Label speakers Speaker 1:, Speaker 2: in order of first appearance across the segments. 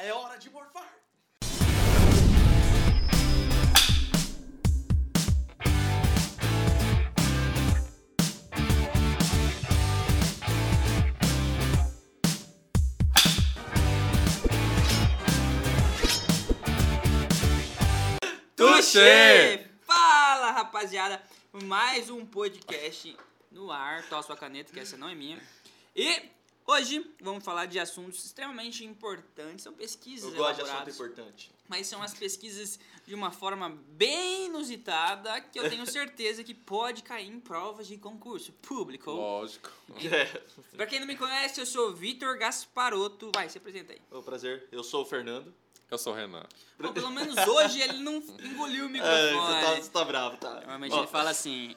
Speaker 1: é hora de morfar.
Speaker 2: Tuxê! Fala, rapaziada! Mais um podcast no ar. Tó sua caneta, que essa não é minha. E hoje vamos falar de assuntos extremamente importantes. São pesquisas
Speaker 1: Eu gosto de assunto
Speaker 2: elaboradas,
Speaker 1: importante.
Speaker 2: mas são as pesquisas de uma forma bem inusitada que eu tenho certeza que pode cair em provas de concurso público.
Speaker 3: Lógico.
Speaker 1: É,
Speaker 2: Pra quem não me conhece, eu sou Vitor Gasparotto. Vai, se apresenta aí.
Speaker 1: Ô, prazer, eu sou o Fernando.
Speaker 3: Eu sou o Renan.
Speaker 2: Bom, pelo menos hoje ele não engoliu
Speaker 1: É,
Speaker 2: o
Speaker 1: você
Speaker 2: microfone.
Speaker 1: tá, você tá bravo, tá?
Speaker 2: Normalmente
Speaker 1: Ó,
Speaker 2: ele fala assim: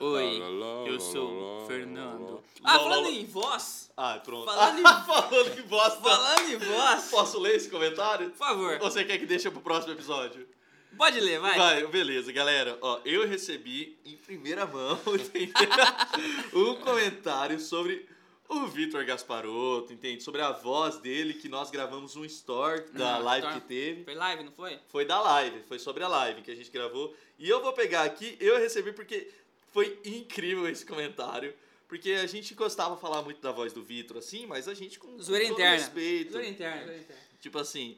Speaker 2: Oi, eu sou o Fernando.
Speaker 1: Lá,
Speaker 2: Ah,
Speaker 1: lá,
Speaker 2: falando
Speaker 1: lá.
Speaker 2: em voz,
Speaker 1: Ah, pronto.
Speaker 2: Falando em-
Speaker 1: Falando em bosta.
Speaker 2: falando em voz, por
Speaker 1: Posso ler esse comentário?
Speaker 2: favor,
Speaker 1: Ou você quer que deixe pro próximo episódio?
Speaker 2: pode ler, vai.
Speaker 1: Vai, beleza, galera. Ó, eu recebi em primeira mão entendeu? um comentário sobre o Vitor Gasparotto, entende? Sobre a voz dele, que nós gravamos um story da
Speaker 2: Ah,
Speaker 1: live
Speaker 2: tá.
Speaker 1: que teve.
Speaker 2: Foi live, não foi?
Speaker 1: Foi da live, foi sobre a live que a gente gravou. E eu vou pegar aqui, eu recebi porque foi incrível esse comentário. Porque a gente gostava de falar muito da voz do Vitor, assim, mas a gente com
Speaker 2: Zoeira
Speaker 1: todo
Speaker 2: interna.
Speaker 1: respeito.
Speaker 2: Zoeira interna.
Speaker 1: Tipo assim,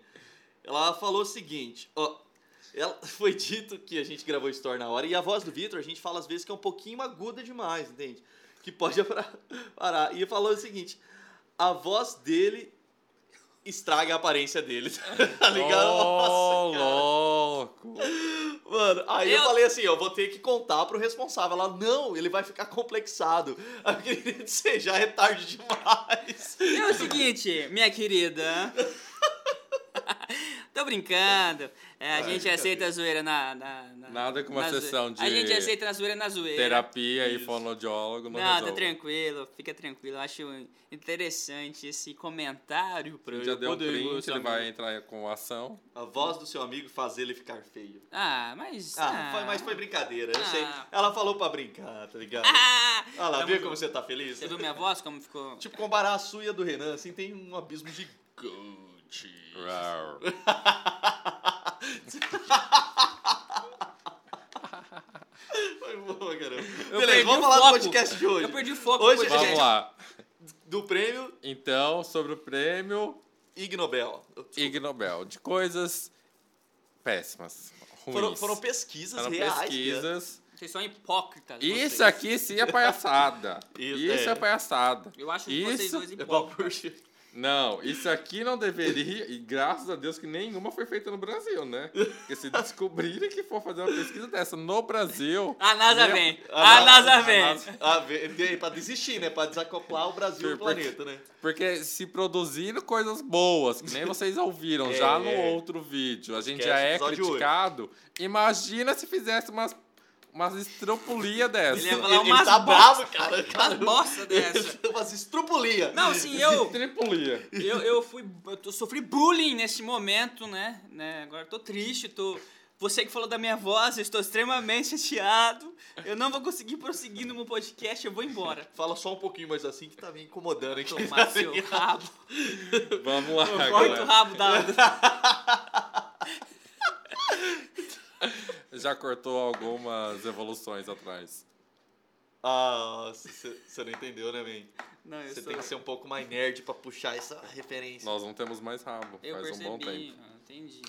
Speaker 1: ela falou o seguinte, ó. Ela, foi dito que a gente gravou Story na hora e a voz do Vitor a gente fala às vezes que é um pouquinho aguda demais, entende? Que pode parar- parar. E falou o seguinte: a voz dele estraga a aparência dele. Tá ligado?
Speaker 3: Oh,
Speaker 1: cara.
Speaker 3: louco.
Speaker 1: Mano, aí eu...
Speaker 2: Eu-
Speaker 1: falei assim, eu vou ter que contar pro responsável. Ela, não, ele vai ficar complexado. Aí eu queria dizer, já é tarde demais.
Speaker 2: É o seguinte, minha querida. Tô brincando. É, a
Speaker 3: Ah,
Speaker 2: gente
Speaker 3: brincadeira.
Speaker 2: aceita a zoeira na. na, na-
Speaker 3: Nada com uma
Speaker 2: na zoe-
Speaker 3: sessão de
Speaker 2: A gente aceita a zoeira na zoeira.
Speaker 3: Terapia
Speaker 1: Isso.
Speaker 3: e fonoaudiólogo não,
Speaker 2: Não, tá
Speaker 3: resolve.
Speaker 2: tranquilo, fica tranquilo. Eu acho interessante esse comentário pro
Speaker 3: Já deu um
Speaker 2: poder
Speaker 3: print, ele
Speaker 2: evolucionar.
Speaker 3: vai entrar com ação.
Speaker 1: A voz do seu amigo faz ele ficar feio.
Speaker 2: Ah, mas.
Speaker 1: Ah, foi- mas foi brincadeira, eu
Speaker 2: Ah.
Speaker 1: sei. Ela falou pra brincar, tá ligado?
Speaker 2: Ah!
Speaker 1: Olha lá,
Speaker 2: Tamo
Speaker 1: vê
Speaker 2: junto.
Speaker 1: como você tá feliz?
Speaker 2: Você viu minha voz como ficou?
Speaker 1: Tipo, comparar a sua e a do Renan, assim, tem um abismo gigante.
Speaker 3: Rar.
Speaker 1: Foi boa, caramba.
Speaker 2: perdi
Speaker 1: Beleza,
Speaker 2: o
Speaker 1: vamos falar
Speaker 2: foco.
Speaker 1: do podcast de hoje.
Speaker 2: Eu perdi o foco
Speaker 1: Hoje
Speaker 2: do
Speaker 1: a
Speaker 2: podcast.
Speaker 3: Vamos lá.
Speaker 1: Do prêmio
Speaker 3: Então, sobre o prêmio
Speaker 1: Ig Nobel.
Speaker 3: Ig Nobel. De coisas péssimas, ruins.
Speaker 1: Foram, foram pesquisas
Speaker 3: Foram
Speaker 1: reais. né?
Speaker 3: pesquisas.
Speaker 2: Vocês são hipócritas.
Speaker 3: Isso
Speaker 2: vocês.
Speaker 3: aqui sim é palhaçada.
Speaker 1: Isso,
Speaker 3: Isso,
Speaker 1: é.
Speaker 3: é. palhaçada.
Speaker 2: Eu acho que vocês
Speaker 3: Isso
Speaker 2: dois
Speaker 1: É bom,
Speaker 2: hipócritas.
Speaker 1: porque...
Speaker 3: Não, isso aqui não deveria, e graças a Deus que nenhuma foi feita no Brasil, né? Porque se descobrirem que for fazer uma pesquisa dessa no Brasil.
Speaker 2: A NASA
Speaker 3: meu-
Speaker 2: vem. A NASA
Speaker 1: A
Speaker 2: vem.
Speaker 1: NASA- Ah, vem. vem Pra desistir, né? Pra desacoplar o Brasil do
Speaker 3: Porque-
Speaker 1: planeta, né?
Speaker 3: Porque se produzindo coisas boas, que nem vocês ouviram já no
Speaker 1: É.
Speaker 3: outro vídeo, a gente
Speaker 1: Esquece
Speaker 3: já
Speaker 1: o
Speaker 3: é
Speaker 1: episódio oito.
Speaker 3: criticado. Imagina se fizesse umas, umas estropulia dessa.
Speaker 2: Ele ia falar
Speaker 1: ele,
Speaker 2: umas
Speaker 1: tá
Speaker 2: bo-
Speaker 1: bravo, cara.
Speaker 2: Umas bosta dessa.
Speaker 1: Umas estrupulia.
Speaker 2: Não, assim, eu,
Speaker 3: Estripulia.
Speaker 2: eu, eu fui. Eu tô- sofri bullying neste momento, né? né? Agora eu tô triste, eu tô. Você que falou da minha voz, eu estou extremamente chateado. Eu não vou conseguir prosseguir no meu podcast, eu vou embora.
Speaker 1: Fala só um pouquinho mais assim que tá me incomodando aqui.
Speaker 2: Tomar seu rabo.
Speaker 3: Vamos lá,
Speaker 2: Muito
Speaker 3: galera.
Speaker 2: rabo dado.
Speaker 3: Já cortou algumas evoluções atrás.
Speaker 1: Ah, você não entendeu, né, man?
Speaker 2: Não, eu
Speaker 1: Você
Speaker 2: sou...
Speaker 1: tem que ser um pouco mais nerd pra puxar essa referência.
Speaker 3: Nós não temos mais rabo,
Speaker 2: Eu
Speaker 3: faz
Speaker 2: percebi,
Speaker 3: um bom tempo.
Speaker 2: ah, entendi.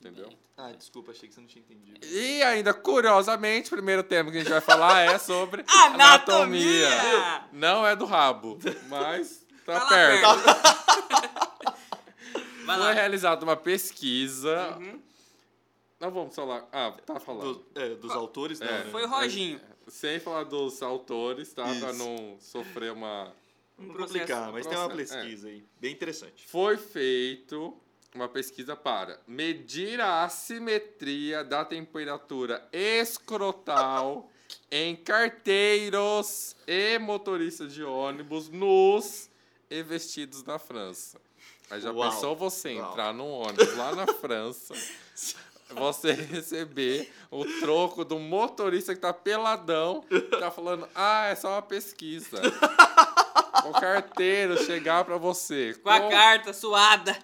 Speaker 3: Entendeu?
Speaker 2: Bem.
Speaker 1: Ah, desculpa, achei que você não tinha entendido.
Speaker 3: E ainda, curiosamente, o primeiro tema que a gente vai falar é sobre
Speaker 2: Anatomia!
Speaker 3: anatomia. Não é do rabo, mas tá,
Speaker 2: Tá lá
Speaker 3: perto. Tá
Speaker 2: perto. Vai
Speaker 3: Foi
Speaker 2: lá.
Speaker 3: realizada uma pesquisa.
Speaker 2: Uhum.
Speaker 3: Não vamos falar. Ah, tá falando.
Speaker 1: Do- é, dos autores, não,
Speaker 3: É.
Speaker 1: né?
Speaker 2: Foi um o Roginho.
Speaker 3: Sem falar dos autores, tá? Pra
Speaker 1: Isso.
Speaker 3: não sofrer uma.
Speaker 2: Um
Speaker 1: Não
Speaker 2: processo.
Speaker 1: complicar, mas tem uma
Speaker 3: processo, é.
Speaker 1: pesquisa aí. Bem interessante.
Speaker 3: Foi feito uma pesquisa para medir a assimetria da temperatura escrotal em carteiros e motoristas de ônibus nus e vestidos na França. Aí já
Speaker 1: Uau.
Speaker 3: pensou você
Speaker 1: Uau.
Speaker 3: entrar num ônibus lá na França, você receber o troco do motorista que tá peladão, que tá falando, ah, é só uma pesquisa. O carteiro chegar pra você
Speaker 2: Com a carta suada.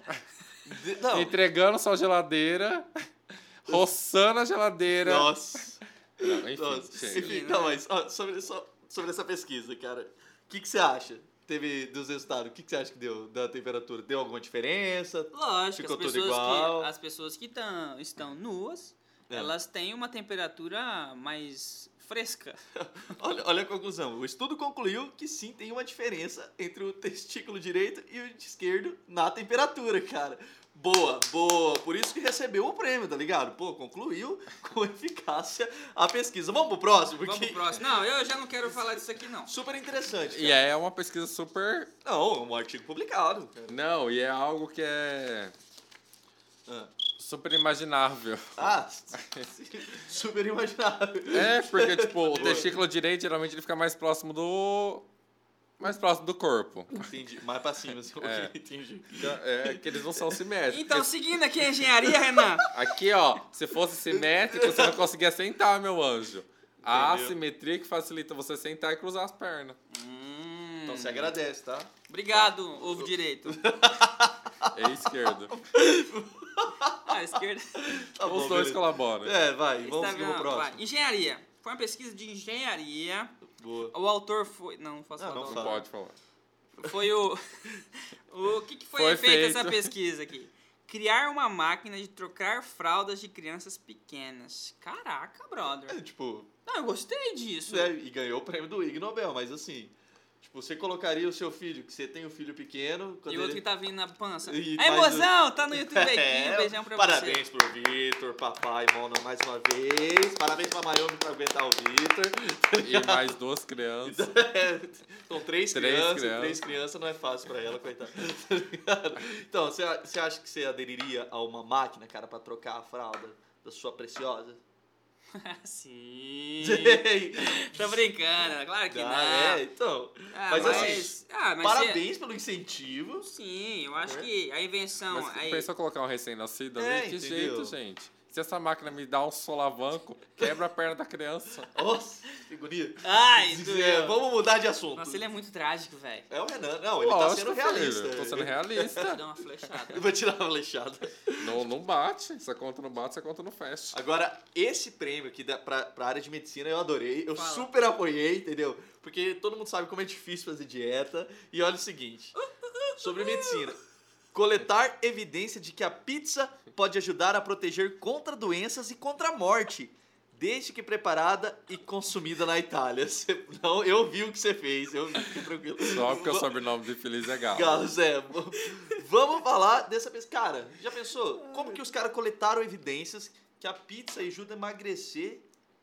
Speaker 1: De- Não.
Speaker 3: entregando sua geladeira, roçando a geladeira.
Speaker 1: Nossa.
Speaker 3: Não, enfim,
Speaker 1: Nossa.
Speaker 3: chega.
Speaker 1: Enfim,
Speaker 2: né?
Speaker 1: não, mas ó, sobre, só- sobre essa pesquisa, cara, o que, que você acha? Teve dos resultados, o que, que você acha que deu da temperatura? Deu alguma diferença?
Speaker 2: Lógico,
Speaker 1: Ficou
Speaker 2: as
Speaker 1: tudo
Speaker 2: pessoas,
Speaker 1: igual.
Speaker 2: Que, as pessoas que tão, estão nuas,
Speaker 1: É.
Speaker 2: elas têm uma temperatura mais fresca.
Speaker 1: Olha, olha a conclusão. O estudo concluiu que sim, tem uma diferença entre o testículo direito e o esquerdo na temperatura, cara. Boa, boa. Por isso que recebeu o prêmio, tá ligado? Pô, concluiu com eficácia a pesquisa. Vamos pro próximo, porque
Speaker 2: Vamos pro próximo. Não, eu já não quero falar disso aqui, não.
Speaker 1: super interessante.
Speaker 3: E
Speaker 1: cara.
Speaker 3: é uma pesquisa super.
Speaker 1: Não, é um artigo publicado. cara.
Speaker 3: Não, e é algo que é
Speaker 1: Ah.
Speaker 3: super imaginável.
Speaker 1: Ah, super imaginável.
Speaker 3: É, porque, tipo, o
Speaker 1: Boa.
Speaker 3: testículo direito geralmente ele fica mais próximo do. Mais próximo do corpo.
Speaker 1: Entendi. Mais pra cima, assim,
Speaker 3: É.
Speaker 1: ok, entendi.
Speaker 3: É que eles não são
Speaker 1: é.
Speaker 3: simétricos.
Speaker 2: Então, seguindo aqui a engenharia, Renan.
Speaker 3: Aqui, ó, se fosse simétrico, você não conseguia sentar, meu anjo. A
Speaker 1: Entendeu?
Speaker 3: assimetria que facilita você sentar e cruzar as pernas.
Speaker 2: Hum,
Speaker 1: Então você agradece, tá?
Speaker 2: obrigado, ovo direito.
Speaker 3: É esquerdo.
Speaker 2: Ah, esquerda.
Speaker 1: Tá
Speaker 3: Os
Speaker 1: bom,
Speaker 3: dois
Speaker 1: beleza.
Speaker 3: colaboram.
Speaker 1: É, vai, vamos
Speaker 2: Está
Speaker 1: seguir
Speaker 2: vendo?
Speaker 1: pro próximo.
Speaker 2: Vai. Engenharia. Foi uma pesquisa de engenharia.
Speaker 1: Boa.
Speaker 2: O autor foi. Não, não posso
Speaker 1: Não,
Speaker 2: falar.
Speaker 1: não
Speaker 2: o
Speaker 3: Não
Speaker 2: autor.
Speaker 3: pode falar.
Speaker 2: Foi o. o que, que foi,
Speaker 3: Foi
Speaker 2: feita
Speaker 3: feito.
Speaker 2: essa pesquisa aqui? Criar uma máquina de trocar fraldas de crianças pequenas. Caraca,
Speaker 1: É,
Speaker 2: brother.
Speaker 1: tipo,
Speaker 2: Não, eu gostei disso.
Speaker 1: né, e ganhou o prêmio do Ig Nobel, mas assim, tipo, você colocaria o seu filho, que você tem um filho pequeno... quando
Speaker 2: E o outro que
Speaker 1: ele-
Speaker 2: tá vindo na pança.
Speaker 1: E
Speaker 2: Aí,
Speaker 1: mais
Speaker 2: mozão, tá no YouTube aqui.
Speaker 1: É,
Speaker 2: Um beijão pra você.
Speaker 1: Parabéns pro Vitor, papai, mono, mais uma vez. Parabéns pra Mayumi por aguentar o Vitor.
Speaker 3: E mais duas crianças.
Speaker 1: São três,
Speaker 3: Três
Speaker 1: crianças,
Speaker 3: crianças.
Speaker 1: três crianças não é fácil pra ela, coitada. Tá ligado? então, você a- você acha que você aderiria a uma máquina, cara, pra trocar a fralda da sua preciosa?
Speaker 2: Ah, Sim.
Speaker 1: Sei.
Speaker 2: Tô brincando, claro que
Speaker 1: Ah,
Speaker 2: não.
Speaker 1: é, então.
Speaker 2: Ah,
Speaker 1: Mas, assim,
Speaker 2: mas- ah, mas
Speaker 1: parabéns É. pelo incentivo.
Speaker 2: você- sim, eu acho que a invenção.
Speaker 3: Mas
Speaker 2: aí-
Speaker 3: pensou colocar um recém-nascido ali?
Speaker 1: Então, É,
Speaker 3: que
Speaker 1: entendeu?
Speaker 3: jeito, gente? Se essa máquina me dá um solavanco, quebra a perna da criança.
Speaker 1: Nossa, figurinha.
Speaker 2: Ai,
Speaker 1: É,
Speaker 2: doeu.
Speaker 1: vamos mudar de assunto.
Speaker 2: Nossa, ele é muito trágico, velho.
Speaker 1: É o Renan. Não, ele tá sendo
Speaker 3: filho,
Speaker 1: realista.
Speaker 3: Tô sendo
Speaker 2: Vou
Speaker 3: realista.
Speaker 2: dar uma flechada.
Speaker 1: Eu vou tirar a flechada.
Speaker 3: não, não bate. Se a conta não bate, se a conta não fecha.
Speaker 1: Agora, esse prêmio aqui da, pra, pra área de medicina eu adorei. Eu
Speaker 2: Fala.
Speaker 1: super apoiei, entendeu? Porque todo mundo sabe como é difícil fazer dieta. E olha o seguinte: sobre medicina. Coletar evidência de que a pizza pode ajudar a proteger contra doenças e contra a morte, desde que preparada e consumida na Itália. Você- não, eu vi o que você fez, eu vi, fica tranquilo.
Speaker 3: Só porque o
Speaker 1: Va-
Speaker 3: sobrenome de Feliz é Galo.
Speaker 1: Galo, Zé. Vamos falar dessa pesquisa. Cara, já pensou? Como que os caras coletaram evidências que a pizza ajuda a emagrecer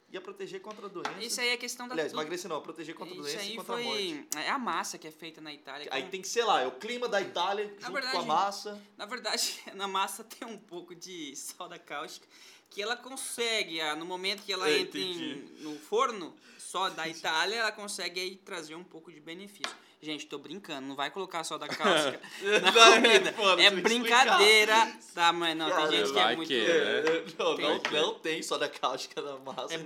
Speaker 1: e a proteger contra doenças?
Speaker 2: Isso aí é questão da.
Speaker 1: Aliás,
Speaker 2: do-
Speaker 1: emagrecer não, proteger contra
Speaker 2: Isso
Speaker 1: doenças e
Speaker 2: aí
Speaker 1: contra a morte.
Speaker 2: foi. É a massa que é feita na Itália.
Speaker 1: Aí
Speaker 2: com-
Speaker 1: tem que, sei lá, é o clima da Itália junto com a
Speaker 2: verdade-
Speaker 1: massa.
Speaker 2: Na verdade, na massa tem um pouco de soda cáustica que ela consegue, ah, no momento que ela
Speaker 1: Eu
Speaker 2: entra em-
Speaker 1: É, entendi.
Speaker 2: no forno, só da Itália, ela consegue aí trazer um pouco de benefício. Gente, tô brincando, não vai colocar soda cáustica na
Speaker 1: Não, é
Speaker 2: comida.
Speaker 1: foda,
Speaker 2: é
Speaker 1: tem que
Speaker 2: brincadeira, tá? Mas não,
Speaker 1: Cara,
Speaker 2: tem gente que é
Speaker 3: vai
Speaker 2: muito...
Speaker 3: que,
Speaker 2: É,
Speaker 3: né?
Speaker 1: É, Não, não,
Speaker 3: Tem.
Speaker 1: não tem soda cáustica na massa. não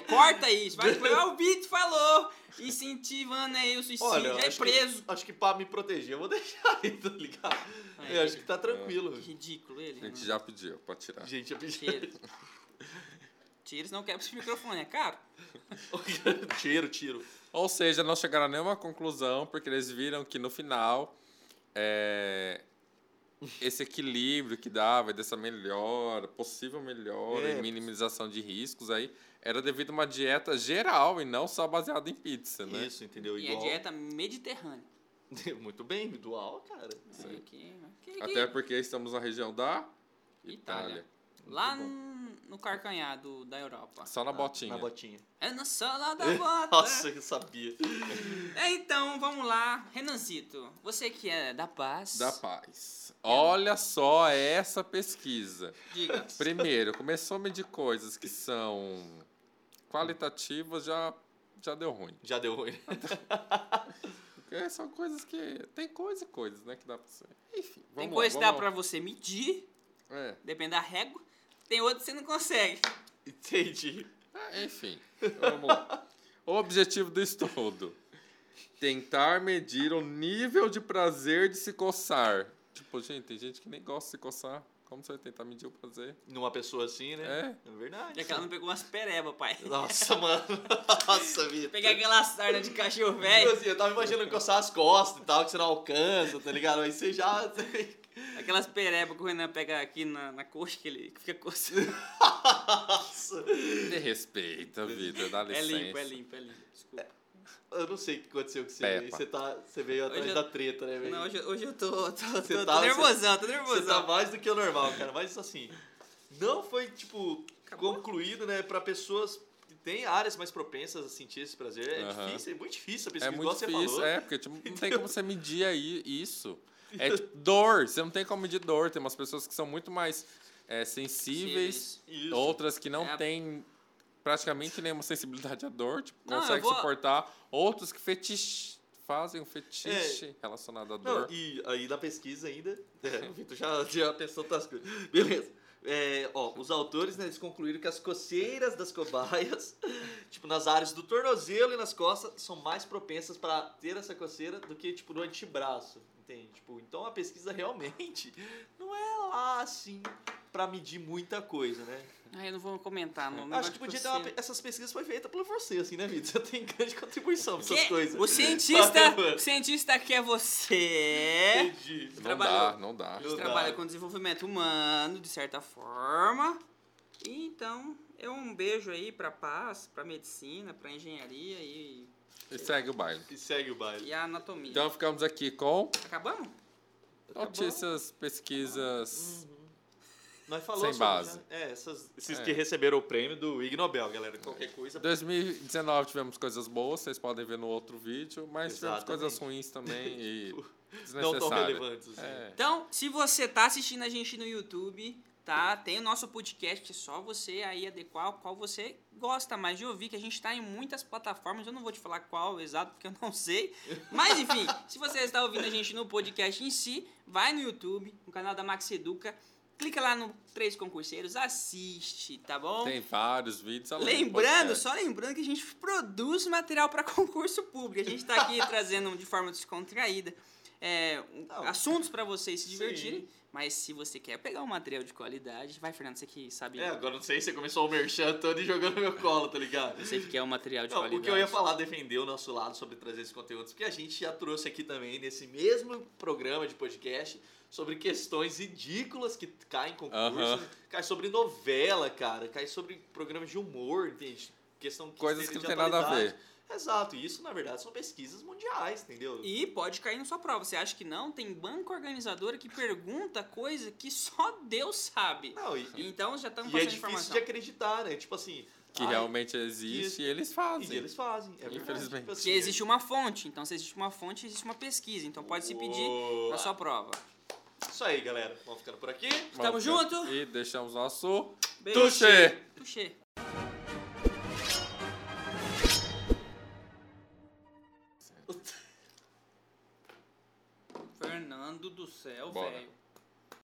Speaker 1: coloque.
Speaker 2: corta isso. Vai pegar o Vitor falou, incentivando aí o suicídio,
Speaker 1: Olha,
Speaker 2: já é
Speaker 1: acho
Speaker 2: preso.
Speaker 1: Que, acho que pra me proteger eu vou deixar aí, tá ligado?
Speaker 2: Aí,
Speaker 1: eu acho que tá tranquilo.
Speaker 2: que ridículo ele.
Speaker 3: A gente
Speaker 2: né?
Speaker 3: já pediu pra tirar.
Speaker 1: Gente, eu
Speaker 2: Tira. Tira, senão quebra esse microfone, é caro.
Speaker 1: Tiro, tiro.
Speaker 3: Ou seja, não chegaram a nenhuma conclusão, porque eles viram que no final é, esse equilíbrio que dava dessa melhora, possível melhora
Speaker 1: É.
Speaker 3: e minimização de riscos aí, era devido a uma dieta geral e não só baseada em pizza, né?
Speaker 1: Isso, entendeu?
Speaker 2: E é
Speaker 1: Igual.
Speaker 2: dieta mediterrânea.
Speaker 1: Muito bem, dual, cara.
Speaker 2: Aqui, aqui,
Speaker 3: Até
Speaker 2: aqui.
Speaker 3: porque estamos na região da Itália.
Speaker 2: Itália. Lá
Speaker 1: Muito bom.
Speaker 2: no, no carcanhar do- da Europa.
Speaker 3: Só Ah, na botinha.
Speaker 1: Na botinha.
Speaker 2: É no solo da bota.
Speaker 1: Nossa, eu sabia.
Speaker 2: É, então, vamos lá. Renanzito, você que é da paz,
Speaker 3: Da paz. Olha só essa pesquisa.
Speaker 2: diga.
Speaker 3: Primeiro, começou a medir coisas que são qualitativas, já, já deu ruim.
Speaker 1: Já deu ruim.
Speaker 3: Porque são coisas que. Tem coisa e coisas, né? Que dá pra ser. Enfim, vamos
Speaker 2: Tem
Speaker 3: lá,
Speaker 2: coisa que dá
Speaker 3: vamos
Speaker 2: pra
Speaker 3: lá.
Speaker 2: você medir,
Speaker 3: É.
Speaker 2: depende da régua. Tem outro que você não consegue.
Speaker 1: Entendi.
Speaker 3: Ah, Enfim, vamos lá. O objetivo do estudo: tentar medir o nível de prazer de se coçar Tipo, gente, tem gente que nem gosta de se coçar. Como você vai tentar medir o prazer?
Speaker 1: Numa pessoa assim, né? É.
Speaker 2: E
Speaker 1: verdade.
Speaker 2: aquela não pegou umas pereba, pai.
Speaker 1: Nossa, mano. Nossa, vida.
Speaker 2: Peguei aquela sarna de cachorro velho,
Speaker 1: Assim, eu tava imaginando coçar as costas e tal, que você não alcança, tá ligado? Aí você já.
Speaker 2: aquelas pereba que o Renan pega aqui na, na coxa que ele fica coçando.
Speaker 1: Nossa.
Speaker 3: É? Me respeita, vida, dá
Speaker 2: É
Speaker 3: licença.
Speaker 2: limpo, é limpo, é limpo. Desculpa.
Speaker 1: Eu não sei o que aconteceu com você. aí.
Speaker 3: Peppa.
Speaker 1: Você, tá, você veio atrás
Speaker 2: Hoje eu-
Speaker 1: da treta, né, velho?
Speaker 2: Não, hoje, eu- hoje eu tô, tô, tô,
Speaker 1: Você
Speaker 2: tô
Speaker 1: tá-
Speaker 2: nervosão, tô
Speaker 1: Você tá
Speaker 2: nervosão.
Speaker 1: mais do que o normal, cara. Mas assim, não foi, tipo, concluído, né? Pra pessoas que têm áreas mais propensas a sentir esse prazer. É
Speaker 3: Aham.
Speaker 1: difícil, é muito difícil. A
Speaker 3: É
Speaker 1: pesquisa,
Speaker 3: muito
Speaker 1: igual você
Speaker 3: difícil,
Speaker 1: falou.
Speaker 3: é, porque tipo, não tem como você medir aí isso. É tipo, dor, você não tem como medir dor. Tem umas pessoas que são muito mais é, sensíveis,
Speaker 1: Isso.
Speaker 3: outras que não
Speaker 2: É a-
Speaker 3: têm praticamente nenhuma sensibilidade à dor, tipo,
Speaker 2: Não, eu
Speaker 3: consegue
Speaker 2: vou-
Speaker 3: suportar. Outros que fetiche, fazem um fetiche relacionado à
Speaker 1: É. Não,
Speaker 3: dor.
Speaker 1: e aí na pesquisa ainda, é, o Vitor já, já pensou outras coisas. Beleza. É, ó, os autores né, eles concluíram que as coceiras das cobaias, tipo, nas áreas do tornozelo e nas costas, são mais propensas para ter essa coceira do que, tipo, no antebraço. Entende? Tipo, então a pesquisa realmente não é lá assim para medir muita coisa, né?
Speaker 2: Ai, eu não vou comentar, não. não
Speaker 1: Acho
Speaker 2: vai tipo
Speaker 1: que
Speaker 2: assim.
Speaker 1: podia ter
Speaker 2: acontecer.
Speaker 1: uma, pe- essas pesquisas foi feita por você, assim, né, Vitor? Você tem grande contribuição pra essas
Speaker 2: Que?
Speaker 1: coisas.
Speaker 2: O cientista,
Speaker 1: Valeu, mano.
Speaker 2: o cientista que é você.
Speaker 1: Entendi.
Speaker 3: não dá,
Speaker 2: trabalhou.
Speaker 3: não dá.
Speaker 1: Eu-
Speaker 2: Trabalha com desenvolvimento humano, de certa forma. E então, é um beijo aí pra paz, pra medicina, pra engenharia e,
Speaker 3: E segue o baile.
Speaker 1: E segue o baile.
Speaker 2: e a anatomia.
Speaker 3: Então ficamos aqui com
Speaker 2: Acabamos?
Speaker 3: notícias, pesquisas.
Speaker 1: Hum. Nós falamos
Speaker 3: Sem
Speaker 1: sobre
Speaker 3: base.
Speaker 1: já- é, essas- esses
Speaker 3: É.
Speaker 1: que receberam o prêmio do Ig Nobel, galera. Qualquer coisa.
Speaker 3: 2019 tivemos coisas boas, vocês podem ver no outro vídeo, mas tivemos
Speaker 1: Exatamente.
Speaker 3: coisas ruins também e
Speaker 1: Não tão
Speaker 3: desnecessárias.
Speaker 1: relevantes. Assim.
Speaker 3: É.
Speaker 2: Então, se você tá assistindo a gente no YouTube, tá? Tem o nosso podcast, que é só você aí adequar qual você gosta mais de ouvir, que a gente tá em muitas plataformas. Eu não vou te falar qual exato, porque eu não sei. Mas enfim, se você está ouvindo a gente no podcast em si, vai no YouTube, no canal da Max Educa, clica lá no Três Concurseiros, assiste, tá
Speaker 1: Então,
Speaker 2: bom?
Speaker 3: Tem vários vídeos. além do
Speaker 2: Lembrando,
Speaker 3: podcast.
Speaker 2: só lembrando que a gente produz material para concurso público. A gente está aqui trazendo de forma descontraída é, um-
Speaker 1: Não.
Speaker 2: assuntos para vocês se divertirem.
Speaker 1: Sim.
Speaker 2: Mas se você quer pegar um material de qualidade, vai, Fernando, você que sabe.
Speaker 1: É, agora não sei se você começou o merchan todo e jogando no meu colo, tá ligado?
Speaker 2: Você que quer um material de
Speaker 1: Não,
Speaker 2: qualidade.
Speaker 1: o que eu ia falar, defender o nosso lado sobre trazer esses conteúdos, porque a gente já trouxe aqui também, nesse mesmo programa de podcast, sobre questões ridículas que caem em concurso.
Speaker 3: Aham.
Speaker 1: Cai sobre novela, cara. Cai sobre programas de humor, entende? Questão que tá
Speaker 3: Coisas
Speaker 1: esteja
Speaker 3: que não
Speaker 1: de
Speaker 3: tem nada a
Speaker 1: atualidade.
Speaker 3: ver.
Speaker 1: Exato, e isso na verdade são pesquisas mundiais, entendeu?
Speaker 2: E pode cair na sua prova. Você acha que não? Tem banca organizadora que pergunta coisa que só Deus sabe.
Speaker 1: Não, e, e-
Speaker 2: Então já estamos
Speaker 1: e é
Speaker 2: passando
Speaker 1: difícil
Speaker 2: informação.
Speaker 1: de acreditar, né? Tipo assim.
Speaker 3: Que
Speaker 1: ai,
Speaker 3: realmente existe e eles
Speaker 1: E
Speaker 3: fazem.
Speaker 1: eles fazem. É
Speaker 3: Infelizmente.
Speaker 1: Verdade. Tipo assim,
Speaker 2: Que existe uma fonte. Então, se existe uma fonte, existe uma pesquisa. Então pode se pedir É
Speaker 1: Boa.
Speaker 2: na sua prova.
Speaker 1: Isso aí, galera. Vamos ficando por aqui.
Speaker 2: Tamo
Speaker 3: Vamos-
Speaker 2: junto?
Speaker 3: E deixamos nosso.
Speaker 2: Beijo.
Speaker 3: Touché.
Speaker 2: Touché. Fernando do céu,
Speaker 3: Bora.
Speaker 2: velho.